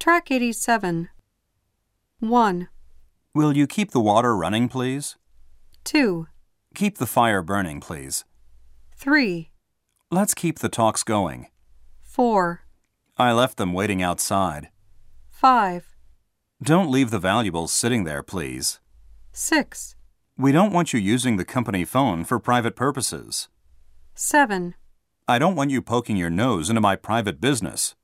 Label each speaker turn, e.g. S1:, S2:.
S1: Track 87. 1,
S2: Will you keep the water running, please?
S1: 2,
S2: Keep the fire burning, please.
S1: 3,
S2: Let's keep the talks going.
S1: 4,
S2: I left them waiting outside.
S1: 5,
S2: Don't leave the valuables sitting there, please.
S1: 6,
S2: We don't want you using the company phone for private purposes.
S1: 7,
S2: I don't want you poking your nose into my private business.